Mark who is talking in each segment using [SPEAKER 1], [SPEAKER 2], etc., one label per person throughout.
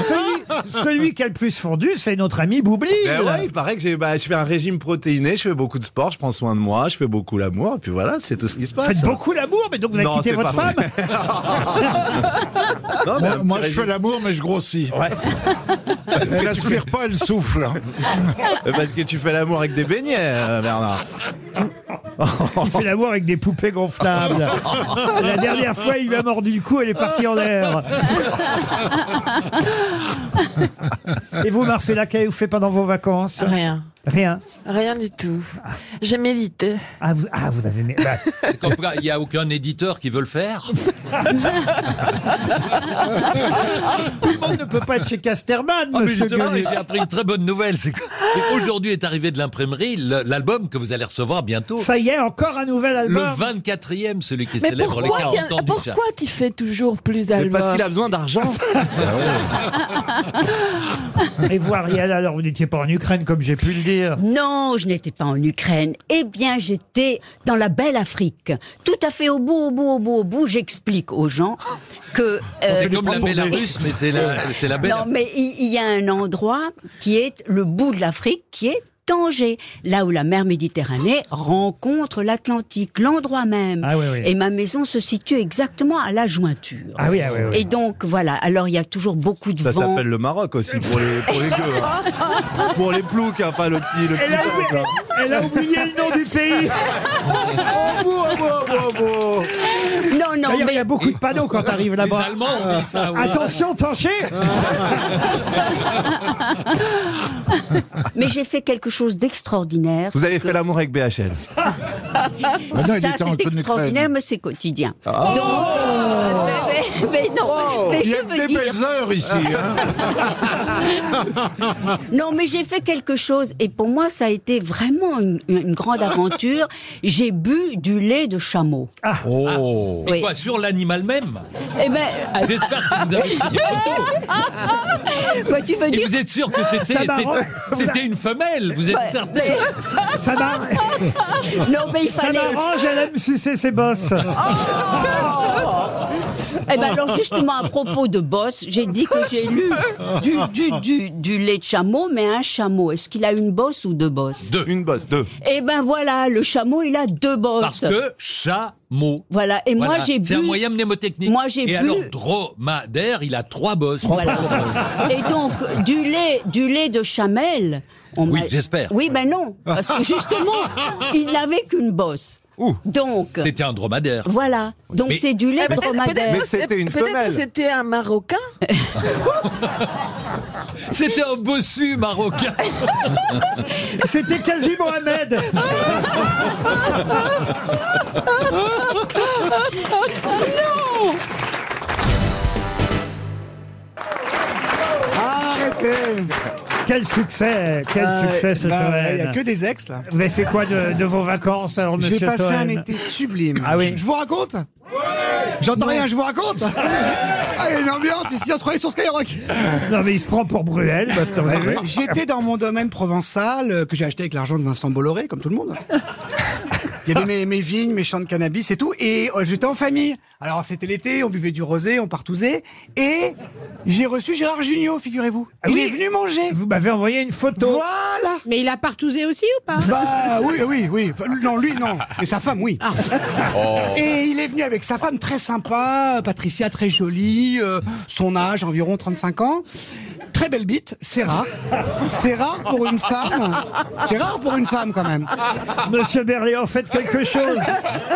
[SPEAKER 1] celui, celui qui a le plus fondu, c'est notre ami Boubli.
[SPEAKER 2] Ben ouais, il paraît que j'ai- bah, je fais un régime protéiné, je fais beaucoup de sport, je prends soin de moi, je fais beaucoup l'amour, et puis voilà, c'est tout ce qui se passe.
[SPEAKER 1] Faites beaucoup l'amour, mais donc vous avez
[SPEAKER 2] Non,
[SPEAKER 1] quitté
[SPEAKER 2] c'est
[SPEAKER 1] votre
[SPEAKER 2] pas
[SPEAKER 1] femme
[SPEAKER 2] vrai. Non, mais un
[SPEAKER 3] Moi,
[SPEAKER 2] petit
[SPEAKER 3] moi, je
[SPEAKER 2] régime.
[SPEAKER 3] fais l'amour, mais je grossis.
[SPEAKER 4] Oh,
[SPEAKER 2] Ouais.
[SPEAKER 3] Elle aspire pas, elle souffle.
[SPEAKER 2] Euh, Parce que tu fais l'amour avec des beignets, euh, Bernard.
[SPEAKER 1] Il fait l'amour avec des poupées gonflables. La dernière fois, il lui a mordu le cou, elle est partie en l'air. Et vous, Marcella, qu'avez-vous fait pendant vos vacances
[SPEAKER 5] Rien.
[SPEAKER 1] Rien.
[SPEAKER 5] Rien du tout. J'ai médité.
[SPEAKER 1] Ah, vous, ah, vous avez. bah,
[SPEAKER 6] Comme quoi, il n'y a aucun éditeur qui veut le faire.
[SPEAKER 1] tout le monde ne peut pas être chez Casterman,
[SPEAKER 6] Ah, mais
[SPEAKER 1] monsieur
[SPEAKER 6] justement,
[SPEAKER 1] Gueluc.
[SPEAKER 6] j'ai appris une très bonne nouvelle. C'est que- c'est qu'aujourd'hui est arrivé de l'imprimerie le- l'album que vous allez recevoir bientôt.
[SPEAKER 1] Ça y est, encore un nouvel
[SPEAKER 6] Le
[SPEAKER 1] album.
[SPEAKER 6] 24e, celui qui
[SPEAKER 5] Mais
[SPEAKER 6] célèbre les
[SPEAKER 5] pourquoi,
[SPEAKER 6] 40 ans
[SPEAKER 5] t'as-
[SPEAKER 6] du chat.
[SPEAKER 5] pourquoi tu fais toujours plus
[SPEAKER 2] Mais parce
[SPEAKER 5] d'albums
[SPEAKER 2] qu'il a besoin d'argent. Ben
[SPEAKER 1] Et vous, Ariel, alors vous n'étiez pas en Ukraine, comme j'ai pu le dire.
[SPEAKER 7] Non, je n'étais pas en Ukraine. Eh bien, j'étais dans la belle Afrique. Tout à fait au bout, au bout, au bout, au bout. J'explique aux gens que... euh,
[SPEAKER 6] C'est comme la Bélarusse, mais c'est la, c'est la belle.
[SPEAKER 7] non, mais il il y a un endroit qui est le bout de l'Afrique, qui est Tanger, là où la mer Méditerranée rencontre l'Atlantique, l'endroit même.
[SPEAKER 1] Ah oui, oui.
[SPEAKER 7] Et ma maison se situe exactement à la jointure.
[SPEAKER 1] Ah oui, ah oui, oui.
[SPEAKER 7] Et donc, voilà. Alors, il y a toujours beaucoup de
[SPEAKER 2] Ça
[SPEAKER 7] vent.
[SPEAKER 2] s'appelle le Maroc aussi pour les, pour les gueux. hein. Pour les ploucs, hein, pas le petit, le petit
[SPEAKER 1] Elle a,
[SPEAKER 2] peuple.
[SPEAKER 1] oublié, elle a oublié le nom du pays.
[SPEAKER 2] hein. Oh, beau, beau, beau, beau.
[SPEAKER 7] Non, non,
[SPEAKER 1] D'ailleurs, il y
[SPEAKER 7] mais
[SPEAKER 1] a beaucoup de panneaux quand t'arrives
[SPEAKER 6] Les
[SPEAKER 7] bah,
[SPEAKER 1] là-bas.
[SPEAKER 6] Allemands ont dit ça. ouais.
[SPEAKER 1] Attention, Tanché
[SPEAKER 7] Mais j'ai fait quelque chose d'extraordinaire.
[SPEAKER 2] Vous avez fait l'amour avec BHL.
[SPEAKER 3] Ah non, il
[SPEAKER 7] Ça,
[SPEAKER 3] était en Ukraine.
[SPEAKER 7] c'est
[SPEAKER 3] Ah. Oh.
[SPEAKER 7] extraordinaire, mais c'est quotidien. Donc, mais, mais- mais non, mais
[SPEAKER 3] Il y a
[SPEAKER 7] je
[SPEAKER 3] que
[SPEAKER 7] veux
[SPEAKER 3] des
[SPEAKER 7] dire,
[SPEAKER 3] baiseurs ici. hein.
[SPEAKER 7] non, mais j'ai fait quelque chose, et pour moi, ça a été vraiment une, une grande aventure. J'ai bu du lait de chameau.
[SPEAKER 6] Ah.
[SPEAKER 3] Oh.
[SPEAKER 6] Et
[SPEAKER 7] Oui.
[SPEAKER 6] quoi, sur l'animal même
[SPEAKER 7] Eh ben, euh,
[SPEAKER 6] J'espère que vous avez pris photo.
[SPEAKER 7] quoi, tu veux
[SPEAKER 6] Et
[SPEAKER 7] dire
[SPEAKER 6] vous êtes sûr que
[SPEAKER 1] Ça
[SPEAKER 6] c'était-
[SPEAKER 1] m'arrange.
[SPEAKER 6] c'était c'était une femelle Vous êtes
[SPEAKER 7] Ouais,
[SPEAKER 6] certain
[SPEAKER 7] mais-
[SPEAKER 1] Ça m'arrange,
[SPEAKER 7] non, mais il
[SPEAKER 1] ça
[SPEAKER 7] fallait. Oh.
[SPEAKER 1] m'arrange, elle aime sucer ses bosses.
[SPEAKER 7] Eh ben alors justement à propos de boss, j'ai dit que j'ai lu du, du, du, du lait de chameau, mais un chameau, est-ce qu'il a une bosse ou deux bosses
[SPEAKER 6] Deux.
[SPEAKER 2] Une bosse, deux.
[SPEAKER 7] Eh ben voilà, le chameau il a deux
[SPEAKER 6] Parce
[SPEAKER 7] bosses.
[SPEAKER 6] que chameau.
[SPEAKER 7] Voilà, et
[SPEAKER 6] Voilà,
[SPEAKER 7] moi j'ai bu.
[SPEAKER 6] C'est un moyen mnémotechnique.
[SPEAKER 7] Moi, j'ai
[SPEAKER 6] Et
[SPEAKER 7] bu-
[SPEAKER 6] alors, dromadaire, il a trois bosses.
[SPEAKER 7] Voilà. Et donc, du lait, du lait de chamelle. on
[SPEAKER 6] Oui,
[SPEAKER 7] m'a-
[SPEAKER 6] j'espère.
[SPEAKER 7] Oui, ben non. Parce que justement, il n'avait qu'une bosse. Donc,
[SPEAKER 6] C'était un dromadaire.
[SPEAKER 7] voilà. Donc,
[SPEAKER 6] Mais-
[SPEAKER 7] c'est du lait
[SPEAKER 5] Peut-être-
[SPEAKER 7] dromadaire.
[SPEAKER 2] Mais c'était une
[SPEAKER 5] peut-être
[SPEAKER 2] femelle.
[SPEAKER 5] que c'était un Marocain.
[SPEAKER 6] C'était un bossu marocain.
[SPEAKER 1] C'était quasi Mohamed.
[SPEAKER 8] Arrêtez
[SPEAKER 1] Quel succès, quel succès ce
[SPEAKER 8] Bah, Il n'y
[SPEAKER 1] Toen.
[SPEAKER 8] a que des ex là.
[SPEAKER 1] Vous avez fait quoi de, de vos vacances alors, monsieur
[SPEAKER 8] J'ai passé
[SPEAKER 1] Toen
[SPEAKER 8] un été sublime.
[SPEAKER 1] Ah oui.
[SPEAKER 8] Je vous raconte J'entends rien, je vous raconte Ah, il y a une ambiance ici, on se croyait sur Skyrock
[SPEAKER 1] Non mais il se prend pour Bruel maintenant. vous avez vu
[SPEAKER 8] J'étais dans mon domaine provençal euh, que j'ai acheté avec l'argent de Vincent Bolloré, comme tout le monde. Il y avait mes, mes vignes, mes champs de cannabis et tout. Et euh, j'étais en famille. Alors c'était l'été, on buvait du rosé, on partousait. Et j'ai reçu Gérard Junior, figurez-vous. Il
[SPEAKER 1] Ah oui.
[SPEAKER 8] est venu manger.
[SPEAKER 1] Vous m'avez envoyé une photo.
[SPEAKER 8] Voilà
[SPEAKER 9] Mais il a partousé aussi ou pas
[SPEAKER 8] Bah oui, oui, oui. Enfin, Non, lui, non. Mais sa femme,
[SPEAKER 9] Ah.
[SPEAKER 8] oui. Et il est venu avec sa femme très sympa, Patricia très jolie, euh, son âge environ 35 ans. Très belle bite, c'est rare. C'est rare pour une femme. C'est rare pour une femme quand même.
[SPEAKER 1] Monsieur Berléand, faites quelque chose.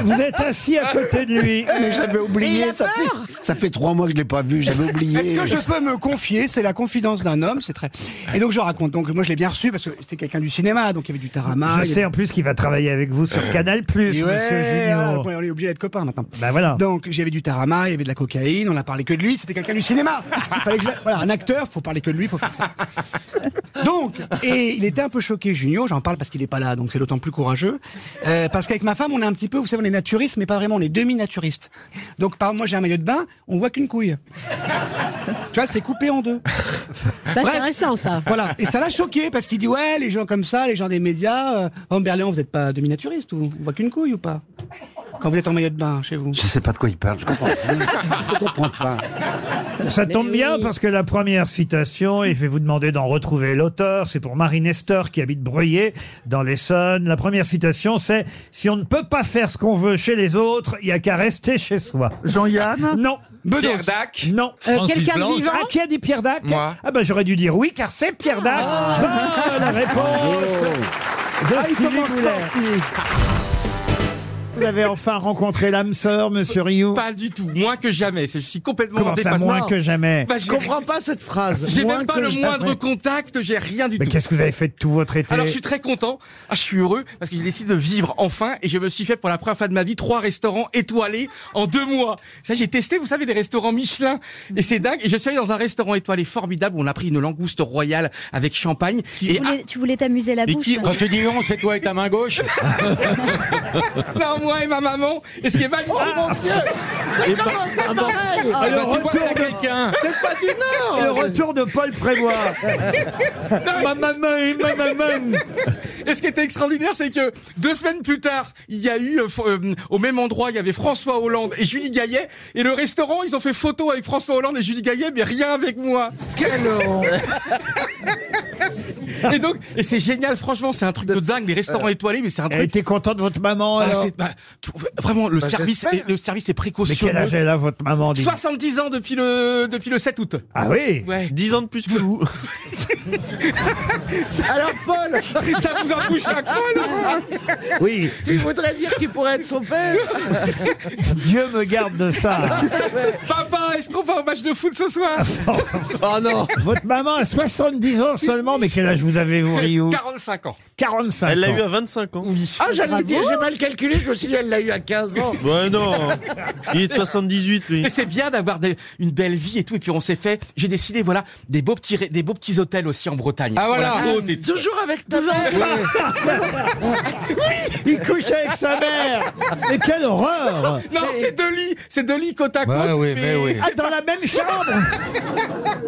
[SPEAKER 1] Vous êtes assis à côté de lui.
[SPEAKER 10] Mais j'avais oublié, ça fait, ça fait trois mois que je l'ai pas vu, j'avais
[SPEAKER 8] Est-ce
[SPEAKER 10] oublié.
[SPEAKER 8] que je peux me confier C'est la confidence d'un homme, c'est très. Et donc je raconte. Donc moi je l'ai bien reçu parce que c'est quelqu'un du cinéma, donc il y avait du tarama.
[SPEAKER 1] Je
[SPEAKER 8] il y
[SPEAKER 1] sais
[SPEAKER 8] avait-
[SPEAKER 1] en plus qu'il va travailler avec vous sur Canal+, Plus,
[SPEAKER 8] Ouais,
[SPEAKER 1] monsieur
[SPEAKER 8] voilà,
[SPEAKER 1] Junior.
[SPEAKER 8] on est obligé d'être copains maintenant.
[SPEAKER 1] Bah voilà.
[SPEAKER 8] Donc j'avais du tarama, il y avait de la cocaïne, on a parlé que de lui, c'était quelqu'un du cinéma. Il fallait que je la- Voilà, un acteur, faut parler que de lui, faut faire ça. Donc, et il était un peu choqué, Junio, j'en parle parce qu'il n'est pas là, donc c'est d'autant plus courageux. Euh, parce qu'avec ma femme, on est un petit peu, vous savez, on est naturiste, mais pas vraiment, on est demi-naturiste. Donc par moi, j'ai un maillot de bain, on voit qu'une couille. tu vois, c'est coupé en deux.
[SPEAKER 9] C'est intéressant ça.
[SPEAKER 8] Voilà, et ça l'a choqué parce qu'il dit ouais, oh, les gens comme ça, les gens des médias, euh, en Berlin, vous n'êtes pas demi-naturiste ou on voit qu'une couille ou pas
[SPEAKER 11] Quand vous êtes en maillot de bain chez vous.
[SPEAKER 2] Je sais pas de quoi il parle, je comprends pas. Je comprends pas.
[SPEAKER 1] Ça
[SPEAKER 9] Mais
[SPEAKER 1] tombe bien
[SPEAKER 9] oui.
[SPEAKER 1] parce que la première citation, et je vais vous demander d'en retrouver l'auteur, c'est pour Marie Nestor qui habite Breuillé dans l'Essonne. La première citation, c'est Si on ne peut pas faire ce qu'on veut chez les autres, il n'y a qu'à rester chez soi.
[SPEAKER 8] Jean-Yann
[SPEAKER 1] Non,
[SPEAKER 8] Pierre Dac
[SPEAKER 1] non.
[SPEAKER 9] Euh,
[SPEAKER 6] Francis
[SPEAKER 9] Quelqu'un de
[SPEAKER 6] Blanche.
[SPEAKER 9] vivant
[SPEAKER 1] Ah, qui a dit Pierre Dac
[SPEAKER 8] Moi.
[SPEAKER 1] Ah ben j'aurais dû dire oui car c'est Pierre Dac.
[SPEAKER 9] Ah.
[SPEAKER 1] Bonne réponse de Stevie Boulet. Vous avez enfin rencontré l'âme sœur, monsieur Rioux
[SPEAKER 8] Pas du tout, moins que jamais. Je suis complètement
[SPEAKER 1] Comment ça,
[SPEAKER 8] dépassé.
[SPEAKER 1] moins que jamais
[SPEAKER 8] Bah,
[SPEAKER 2] Je
[SPEAKER 8] j'ai-
[SPEAKER 2] comprends pas cette phrase.
[SPEAKER 8] J'ai
[SPEAKER 2] Moins
[SPEAKER 8] même
[SPEAKER 2] que
[SPEAKER 8] pas le
[SPEAKER 2] jamais.
[SPEAKER 8] moindre contact, j'ai rien du
[SPEAKER 1] Mais
[SPEAKER 8] tout.
[SPEAKER 1] qu'est-ce que vous avez fait de tout votre été
[SPEAKER 8] Alors je suis très content, Ah, je suis heureux parce que j'ai décidé de vivre enfin et je me suis fait pour la première fois de ma vie trois restaurants étoilés en deux mois. Ça j'ai testé, vous savez, des restaurants Michelin et c'est dingue. Et je suis allé dans un restaurant étoilé formidable où on a pris une langouste royale avec champagne. Et ah,
[SPEAKER 7] tu voulais t'amuser la
[SPEAKER 8] Mais qui-
[SPEAKER 3] Quand tu dis on, c'est toi et ta main gauche
[SPEAKER 8] non, moi et ma maman. Et ce qui est validé,
[SPEAKER 7] Oh,
[SPEAKER 1] Ah, le retour de-
[SPEAKER 8] quelqu'un.
[SPEAKER 1] Le retour de Paul Prévoit. ma maman et ma maman.
[SPEAKER 8] Et ce qui était extraordinaire, c'est que deux semaines plus tard, il y a eu euh, fr- euh, au même endroit, il y avait François Hollande et Julie Gaillet. Et le restaurant, ils ont fait photo avec François Hollande et Julie Gaillet, mais rien avec moi. Quelle Et donc, et c'est génial, franchement, c'est un truc de dingue. Les restaurants étoilés, mais c'est un
[SPEAKER 1] Elle
[SPEAKER 8] truc.
[SPEAKER 1] était contente de votre maman
[SPEAKER 8] Ah,
[SPEAKER 1] alors
[SPEAKER 8] c'est- bah, tout- vraiment, le service, est, le service est
[SPEAKER 1] Mais quel âge
[SPEAKER 8] précautionneux.
[SPEAKER 1] elle a votre maman dit
[SPEAKER 8] 70 ans depuis le depuis le 7 août.
[SPEAKER 1] Ah oui
[SPEAKER 8] Ouais.
[SPEAKER 12] 10 ans de plus que vous.
[SPEAKER 2] Alors, Paul,
[SPEAKER 8] Ça vous en touche la colle
[SPEAKER 1] Oui,
[SPEAKER 2] tu voudrais dire qu'il pourrait être son père
[SPEAKER 1] Dieu me garde de ça.
[SPEAKER 8] Papa, est-ce qu'on va au match de foot ce soir
[SPEAKER 2] Oh non
[SPEAKER 1] votre maman a 70 ans seulement, mais quel âge vous avez-vous, Ryu
[SPEAKER 8] 45 ans.
[SPEAKER 1] 45 ans.
[SPEAKER 12] à 25 ans.
[SPEAKER 2] Ah, j'allais dire, j'ai mal calculé, je me suis dit, elle l'a eu à 15 ans.
[SPEAKER 12] Ouais, non. Il est de 78, lui.
[SPEAKER 8] Mais c'est bien d'avoir des- une belle vie et tout. Et puis on s'est fait, j'ai décidé, voilà, des beaux petits, ré- des beaux petits hôtels aussi en Bretagne. Ah voilà.
[SPEAKER 2] Toujours avec ta mère.
[SPEAKER 1] Il couche avec sa mère. Mais quelle horreur
[SPEAKER 8] Non, c'est deux lits, c'est deux lits côte à côte.
[SPEAKER 6] Ouais, oui, mais oui.
[SPEAKER 1] Ah, dans la même chambre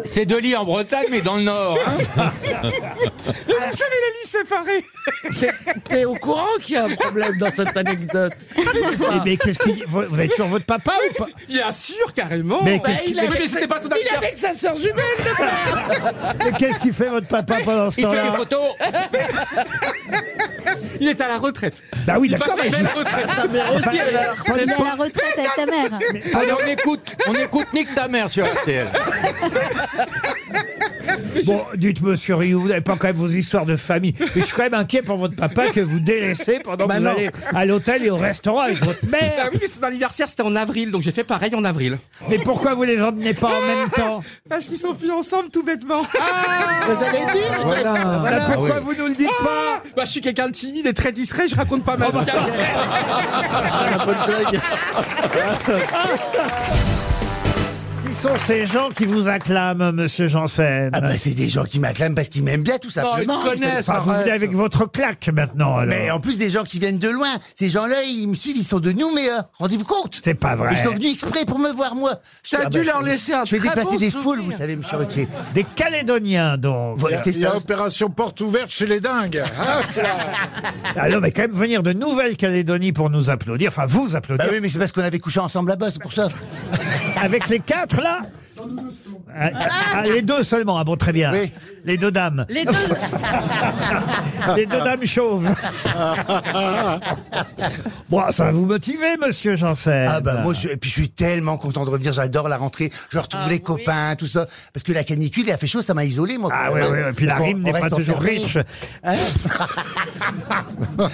[SPEAKER 3] C'est deux lits en Bretagne, mais dans le Nord. hein.
[SPEAKER 8] Vous savez les lits séparés.
[SPEAKER 2] T'es- T'es au courant qu'il y a un problème dans cette anecdote
[SPEAKER 1] Eh, Mais qu'est-ce qui... Vous vous êtes sur votre papa ou pas
[SPEAKER 8] Bien sûr, carrément.
[SPEAKER 1] Mais qu'est-ce
[SPEAKER 8] Oui,
[SPEAKER 1] qu'il-
[SPEAKER 8] mais c'était pas ton anniversaire.
[SPEAKER 2] sa sœur jumelle
[SPEAKER 1] Mais qu'est-ce qui fait votre papa pendant ce
[SPEAKER 3] Il fait des
[SPEAKER 1] temps-là
[SPEAKER 3] photos.
[SPEAKER 8] Il est à la retraite.
[SPEAKER 1] Bah oui,
[SPEAKER 8] Il passe
[SPEAKER 1] d'accord,
[SPEAKER 8] une
[SPEAKER 1] mais
[SPEAKER 8] belle retraite.
[SPEAKER 2] Ta mère aussi, elle a
[SPEAKER 1] prenez pas-
[SPEAKER 7] retraite avec ta mère.
[SPEAKER 3] Allez, Ah, on écoute, on écoute Nick ta mère sur RTL.
[SPEAKER 1] Bon, dites monsieur Rioux, vous n'avez pas quand même vos histoires de famille. Mais je suis quand même inquiet pour votre papa que vous délaissez pendant que
[SPEAKER 2] Bah
[SPEAKER 1] vous
[SPEAKER 2] non.
[SPEAKER 1] allez à l'hôtel et au restaurant avec votre
[SPEAKER 8] Ah
[SPEAKER 1] mère.
[SPEAKER 13] Bah
[SPEAKER 8] oui, mais son anniversaire, c'était en avril, donc j'ai fait pareil en avril.
[SPEAKER 1] Mais pourquoi vous les emmenez pas en même temps
[SPEAKER 13] Ah.
[SPEAKER 8] Parce qu'ils sont plus ensemble, tout bêtement.
[SPEAKER 2] J'allais dire Voilà,
[SPEAKER 1] Bah,
[SPEAKER 12] Ah
[SPEAKER 1] Pourquoi vous nous le dites pas
[SPEAKER 8] bah, je suis quelqu'un de timide et très distrait, je raconte pas mal.
[SPEAKER 2] la bonne blague
[SPEAKER 1] Qui sont ces gens qui vous acclament, monsieur Janssen
[SPEAKER 13] Ah bah c'est des gens qui m'acclament parce qu'ils m'aiment bien tout
[SPEAKER 2] ils
[SPEAKER 13] simplement.
[SPEAKER 2] te connaissent,
[SPEAKER 1] Enfin, Ah, vous venez avec votre claque maintenant. alors.
[SPEAKER 13] Mais en plus des gens qui viennent de loin. Ces gens-là, ils me suivent, ils sont de nous meilleurs. Rendez-vous compte
[SPEAKER 1] C'est pas vrai.
[SPEAKER 13] Ils sont venus exprès pour me voir moi. Ah, bah,
[SPEAKER 2] Ça a dû leur laisser un
[SPEAKER 13] Je fais
[SPEAKER 2] très
[SPEAKER 13] déplacer
[SPEAKER 2] bon
[SPEAKER 13] des
[SPEAKER 2] souvenir.
[SPEAKER 13] foules, vous savez, monsieur Ruquier.
[SPEAKER 1] Des Calédoniens, donc.
[SPEAKER 13] Voilà, c'est
[SPEAKER 3] Il y a
[SPEAKER 13] ça.
[SPEAKER 3] opération porte ouverte chez les dingues. hein.
[SPEAKER 1] Alors, mais quand même venir de Nouvelle-Calédonie pour nous applaudir, enfin vous
[SPEAKER 13] Bah
[SPEAKER 1] applaudir,
[SPEAKER 13] oui, mais c'est parce qu'on avait couché ensemble là-bas, c'est pour ça.
[SPEAKER 1] avec les quatre là Ah, ah, les deux seulement, ah bon très bien.
[SPEAKER 13] Oui.
[SPEAKER 1] Les deux dames.
[SPEAKER 9] Les deux,
[SPEAKER 1] Les deux dames chauves. bon, ça va vous motiver, monsieur Janssen.
[SPEAKER 13] Ah bah moi, je, et puis je suis tellement content de revenir, j'adore la rentrée. Je retrouve
[SPEAKER 9] Ah,
[SPEAKER 13] les copains, tout ça. Parce que la canicule, il a fait chaud, ça m'a isolé moi.
[SPEAKER 1] Ah oui, oui, oui. puis la
[SPEAKER 13] Parce qu'on-
[SPEAKER 1] rime
[SPEAKER 13] on
[SPEAKER 1] n'est pas
[SPEAKER 13] reste
[SPEAKER 1] toujours
[SPEAKER 13] enfermé.
[SPEAKER 1] riche.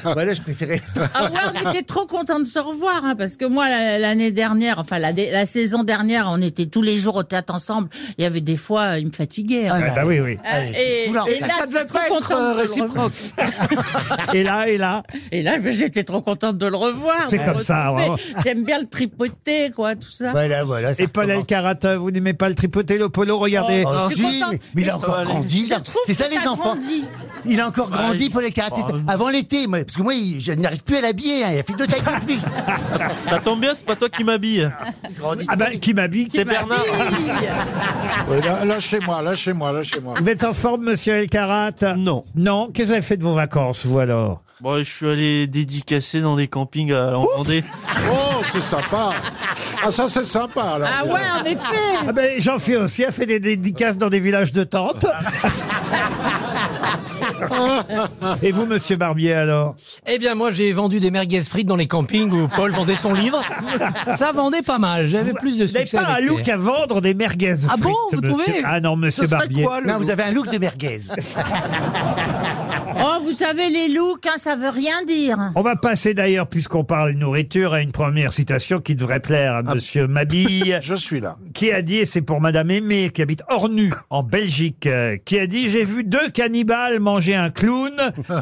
[SPEAKER 13] voilà, je préférais.
[SPEAKER 9] Ah ouais, on était trop contents de se revoir, hein, parce que moi, la- l'année dernière, enfin la, dé- la saison dernière, on était tous les jours au théâtre ensemble. Il y avait des fois, il me fatiguait. hein.
[SPEAKER 1] Ah bah oui, oui.
[SPEAKER 9] Euh, et,
[SPEAKER 13] Oula.
[SPEAKER 9] et là,
[SPEAKER 2] Ça devait
[SPEAKER 9] j'étais trop
[SPEAKER 2] pas être
[SPEAKER 9] contente
[SPEAKER 2] euh,
[SPEAKER 9] de le revoir.
[SPEAKER 2] réciproque.
[SPEAKER 13] bah.
[SPEAKER 1] Et là, et là.
[SPEAKER 13] Ah,
[SPEAKER 9] Et là, ben, j'étais trop contente de le revoir.
[SPEAKER 1] C'est
[SPEAKER 9] de
[SPEAKER 1] comme
[SPEAKER 9] le
[SPEAKER 1] ça,
[SPEAKER 9] retrouver.
[SPEAKER 1] vraiment.
[SPEAKER 9] J'aime bien le tripoter, quoi, tout ça.
[SPEAKER 13] Voilà, voilà. ça
[SPEAKER 1] Et Paul
[SPEAKER 13] recommence.
[SPEAKER 1] Elkarat, euh, vous n'aimez pas le tripoter, le polo, regardez.
[SPEAKER 9] Oh.
[SPEAKER 13] Oh,
[SPEAKER 9] Je
[SPEAKER 13] si,
[SPEAKER 9] suis
[SPEAKER 13] mais,
[SPEAKER 9] contente.
[SPEAKER 13] mais il a
[SPEAKER 9] Mais
[SPEAKER 13] encore
[SPEAKER 9] je-
[SPEAKER 13] grandi.
[SPEAKER 9] je
[SPEAKER 13] là.
[SPEAKER 9] trouve
[SPEAKER 13] C'est ça
[SPEAKER 9] que
[SPEAKER 13] les
[SPEAKER 9] t'as
[SPEAKER 13] enfants.
[SPEAKER 9] grandi.
[SPEAKER 13] Il a encore
[SPEAKER 9] Ah,
[SPEAKER 13] grandi pour les caractéristiques. Avant l'été, moi, parce que moi, il- je n'arrive plus à l'habiller. hein. Il a fait deux tailles de plus.
[SPEAKER 12] Ça tombe bien, c'est pas toi qui m'habille.
[SPEAKER 13] Il grandit.
[SPEAKER 1] Ah ben, qui m'habille
[SPEAKER 9] Qui m'a dit
[SPEAKER 4] Ah.
[SPEAKER 3] Ouais, là- Lâchez-moi, lâchez-moi, lâchez-moi.
[SPEAKER 1] Vous êtes en forme, monsieur Elkarat
[SPEAKER 12] Non.
[SPEAKER 1] Non Qu'est-ce que vous avez fait de vos vacances, vous alors
[SPEAKER 14] Moi, je suis allé dédicacer dans des campings à en Vendée.
[SPEAKER 4] Oh, c'est sympa. Ah, ça, c'est sympa, alors.
[SPEAKER 1] Ah ouais, en
[SPEAKER 9] effet
[SPEAKER 1] Ah ben, J'en fais aussi, a fait des dédicaces dans des villages de tentes. Et vous, monsieur Barbier, alors
[SPEAKER 15] Eh bien, moi, j'ai vendu des merguez frites dans les campings où Paul vendait son livre. Ça vendait pas mal. J'avais plus de
[SPEAKER 1] Vous n'avez
[SPEAKER 15] succès.
[SPEAKER 1] pas un
[SPEAKER 15] avec
[SPEAKER 1] look
[SPEAKER 15] les-
[SPEAKER 1] à vendre des merguez
[SPEAKER 15] Ah bon,
[SPEAKER 1] frites,
[SPEAKER 15] vous
[SPEAKER 1] monsieur.
[SPEAKER 15] trouvez
[SPEAKER 1] Ah non, monsieur
[SPEAKER 15] Ce serait
[SPEAKER 1] Barbier.
[SPEAKER 15] quoi, le Non, vous look avez
[SPEAKER 16] un look de merguez.
[SPEAKER 9] Oh, vous savez, les looks, hein, ça veut rien dire.
[SPEAKER 1] On va passer d'ailleurs, puisqu'on parle nourriture, à une première citation qui devrait plaire à
[SPEAKER 15] Ah.
[SPEAKER 1] Monsieur Mabille.
[SPEAKER 4] Je suis là.
[SPEAKER 1] Qui a dit, et c'est pour Madame Aimée, qui habite Ornu, en Belgique, euh, qui a dit J'ai vu deux cannibales manger un clown.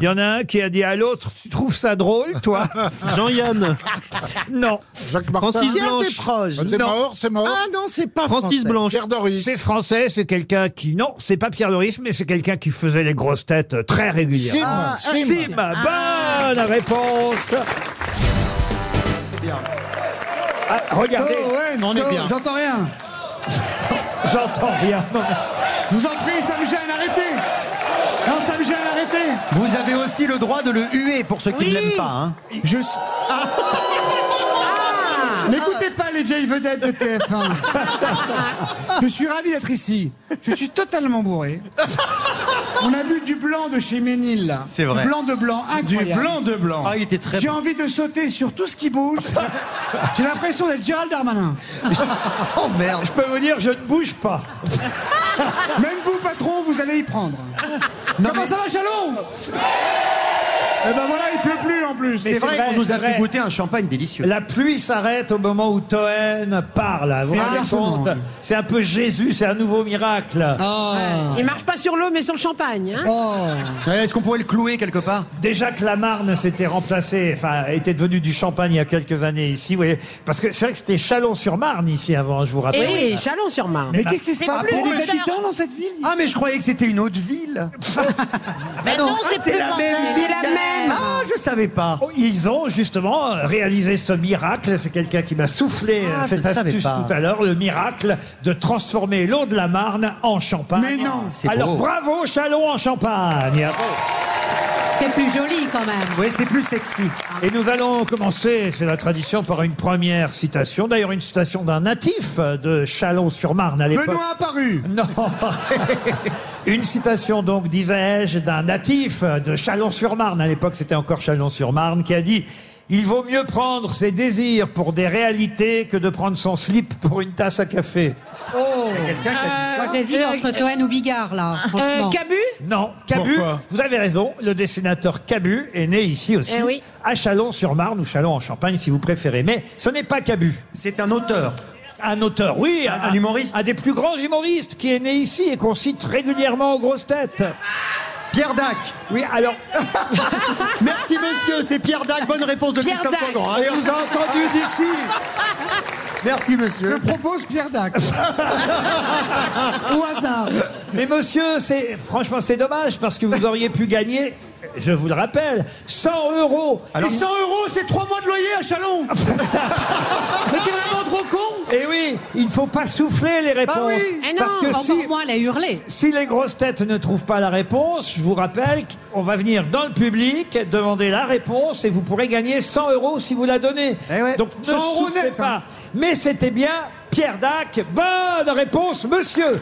[SPEAKER 1] Il y en a un qui a dit à l'autre Tu trouves ça drôle, toi
[SPEAKER 14] Jean-Yann.
[SPEAKER 1] Non.
[SPEAKER 4] Jacques Martin.
[SPEAKER 1] Francis
[SPEAKER 4] Pierre
[SPEAKER 1] Blanche.
[SPEAKER 4] Desproges. C'est
[SPEAKER 1] Non.
[SPEAKER 4] mort, c'est mort.
[SPEAKER 1] Ah
[SPEAKER 4] non, c'est pas
[SPEAKER 1] Francis Blanche.
[SPEAKER 4] Pierre Doris.
[SPEAKER 1] C'est français, c'est quelqu'un qui. Non, c'est pas Pierre Doris, mais c'est quelqu'un qui faisait les grosses têtes euh, très régulièrement.
[SPEAKER 4] Sim, Ah, Sim. Ah.
[SPEAKER 1] Sim, bonne réponse. Ah, regardez,
[SPEAKER 4] Oh,
[SPEAKER 8] Cohen,
[SPEAKER 1] on est
[SPEAKER 8] Cohen,
[SPEAKER 1] bien.
[SPEAKER 8] J'entends rien.
[SPEAKER 1] J'entends rien.
[SPEAKER 8] Je vous en prie, ça me gêne, arrêtez. Non, ça me gêne, arrêtez.
[SPEAKER 17] Vous avez aussi le droit de le huer pour ceux qui ne l'aiment pas. hein. Ah.
[SPEAKER 8] Juste. Ah. N'écoutez pas les vieilles vedettes de TF1. Je suis ravi d'être ici. Je suis totalement bourré. On a bu du blanc de chez Ménil, là.
[SPEAKER 17] C'est vrai.
[SPEAKER 8] Du blanc de blanc, incroyable.
[SPEAKER 17] Du blanc de blanc. Ah, il était très
[SPEAKER 8] J'ai
[SPEAKER 17] bon.
[SPEAKER 8] envie de sauter sur tout ce qui bouge. J'ai l'impression d'être Gérald Darmanin.
[SPEAKER 1] Oh merde. Je peux vous dire, je ne bouge pas.
[SPEAKER 8] Même vous, patron, vous allez y prendre. Comment ça va, Chalon Eh ben voilà, il pleut plus en plus.
[SPEAKER 17] C'est vrai, qu'on nous a
[SPEAKER 1] c'est vrai.
[SPEAKER 17] fait goûter un champagne délicieux.
[SPEAKER 1] La pluie s'arrête au moment où Toen parle. Vous vous
[SPEAKER 17] Mais
[SPEAKER 1] rendez
[SPEAKER 17] inversement.
[SPEAKER 1] compte C'est un peu Jésus, c'est un nouveau miracle.
[SPEAKER 18] Ah.
[SPEAKER 19] Il marche pas sur l'eau, mais sur le champagne.
[SPEAKER 9] Oh,
[SPEAKER 19] hein.
[SPEAKER 1] Oh. Est-ce qu'on pourrait le clouer quelque part Déjà que la Marne s'était remplacée, enfin, était devenue du Champagne il y a quelques années ici, vous voyez. Parce que c'est vrai que c'était Chalon-sur-Marne ici avant, je vous rappelle.
[SPEAKER 19] Eh oui, Chalon-sur-Marne.
[SPEAKER 1] Mais qu'est-ce qui se
[SPEAKER 19] C'est
[SPEAKER 1] passe
[SPEAKER 19] plus
[SPEAKER 1] Il y a des
[SPEAKER 19] Mandel.
[SPEAKER 8] Ah, habitants dans cette ville
[SPEAKER 17] Ah, mais je croyais que c'était une autre ville.
[SPEAKER 8] Ah,
[SPEAKER 9] Mais non, c'est plus
[SPEAKER 17] la
[SPEAKER 9] Mandel.
[SPEAKER 17] même.
[SPEAKER 9] C'est la même.
[SPEAKER 17] Ah, je savais pas.
[SPEAKER 1] Oh, Ils ont justement réalisé ce miracle. C'est quelqu'un qui m'a soufflé
[SPEAKER 17] Ah,
[SPEAKER 1] euh,
[SPEAKER 17] je
[SPEAKER 1] cette
[SPEAKER 17] le savais
[SPEAKER 1] astuce
[SPEAKER 17] pas.
[SPEAKER 1] tout à l'heure, le miracle de transformer l'eau de la Marne en champagne.
[SPEAKER 8] Mais non. C'est
[SPEAKER 1] Alors
[SPEAKER 8] beau.
[SPEAKER 1] bravo Chalon en champagne.
[SPEAKER 19] C'est plus joli quand même.
[SPEAKER 1] Oui, c'est plus sexy. Et nous allons commencer, c'est la tradition, par une première citation. D'ailleurs, une citation d'un natif euh, de Chalon-sur-Marne à l'époque.
[SPEAKER 8] Benoît apparu.
[SPEAKER 1] Non. Une citation donc, disais-je, d'un natif de Chalon-sur-Marne, à l'époque c'était encore Chalon-sur-Marne, qui a dit « Il vaut mieux prendre ses désirs pour des réalités que de prendre son slip pour une tasse à café.
[SPEAKER 18] J'hésite entre Toen ou Bigard, là.
[SPEAKER 7] Euh,
[SPEAKER 18] franchement.
[SPEAKER 19] Cabu
[SPEAKER 1] Non, Cabu,
[SPEAKER 18] Pourquoi
[SPEAKER 1] vous avez raison, le dessinateur Cabu est né ici aussi,
[SPEAKER 19] Eh oui.
[SPEAKER 1] à Chalon-sur-Marne ou Chalon-en-Champagne si vous préférez, mais ce n'est pas Cabu. C'est un auteur. Un auteur, oui. Un, humoriste. Un des plus grands humoristes qui est né ici et qu'on cite régulièrement aux grosses têtes. Pierre Dac. Oui, alors.
[SPEAKER 17] Merci, monsieur. C'est Pierre Dac. Bonne réponse de
[SPEAKER 8] Pierre
[SPEAKER 17] Christophe
[SPEAKER 8] Dac.
[SPEAKER 17] Beaugrand. Allez, on vous a entendu d'ici. Merci, monsieur.
[SPEAKER 8] Je propose Pierre Dac. Au hasard.
[SPEAKER 1] Mais monsieur, c'est franchement c'est dommage parce que vous auriez pu gagner, je vous le rappelle, 100 euros.
[SPEAKER 8] Et 100 euros, c'est 3 mois de loyer à Chalon. Mais t'es vraiment trop con.
[SPEAKER 1] Et Eh oui, il ne faut pas souffler les réponses.
[SPEAKER 18] Bah oui. Eh non,
[SPEAKER 1] parce que
[SPEAKER 18] encore
[SPEAKER 1] si,
[SPEAKER 18] moins, elle a hurlé.
[SPEAKER 1] si les grosses têtes ne trouvent pas la réponse, je vous rappelle qu'on va venir dans le public, demander la réponse et vous pourrez gagner 100 euros si vous la donnez. Donc ne
[SPEAKER 8] 100 Eh euros
[SPEAKER 1] soufflez
[SPEAKER 8] net, hein.
[SPEAKER 1] pas. Mais c'était bien Pierre Dac. Bonne réponse, monsieur.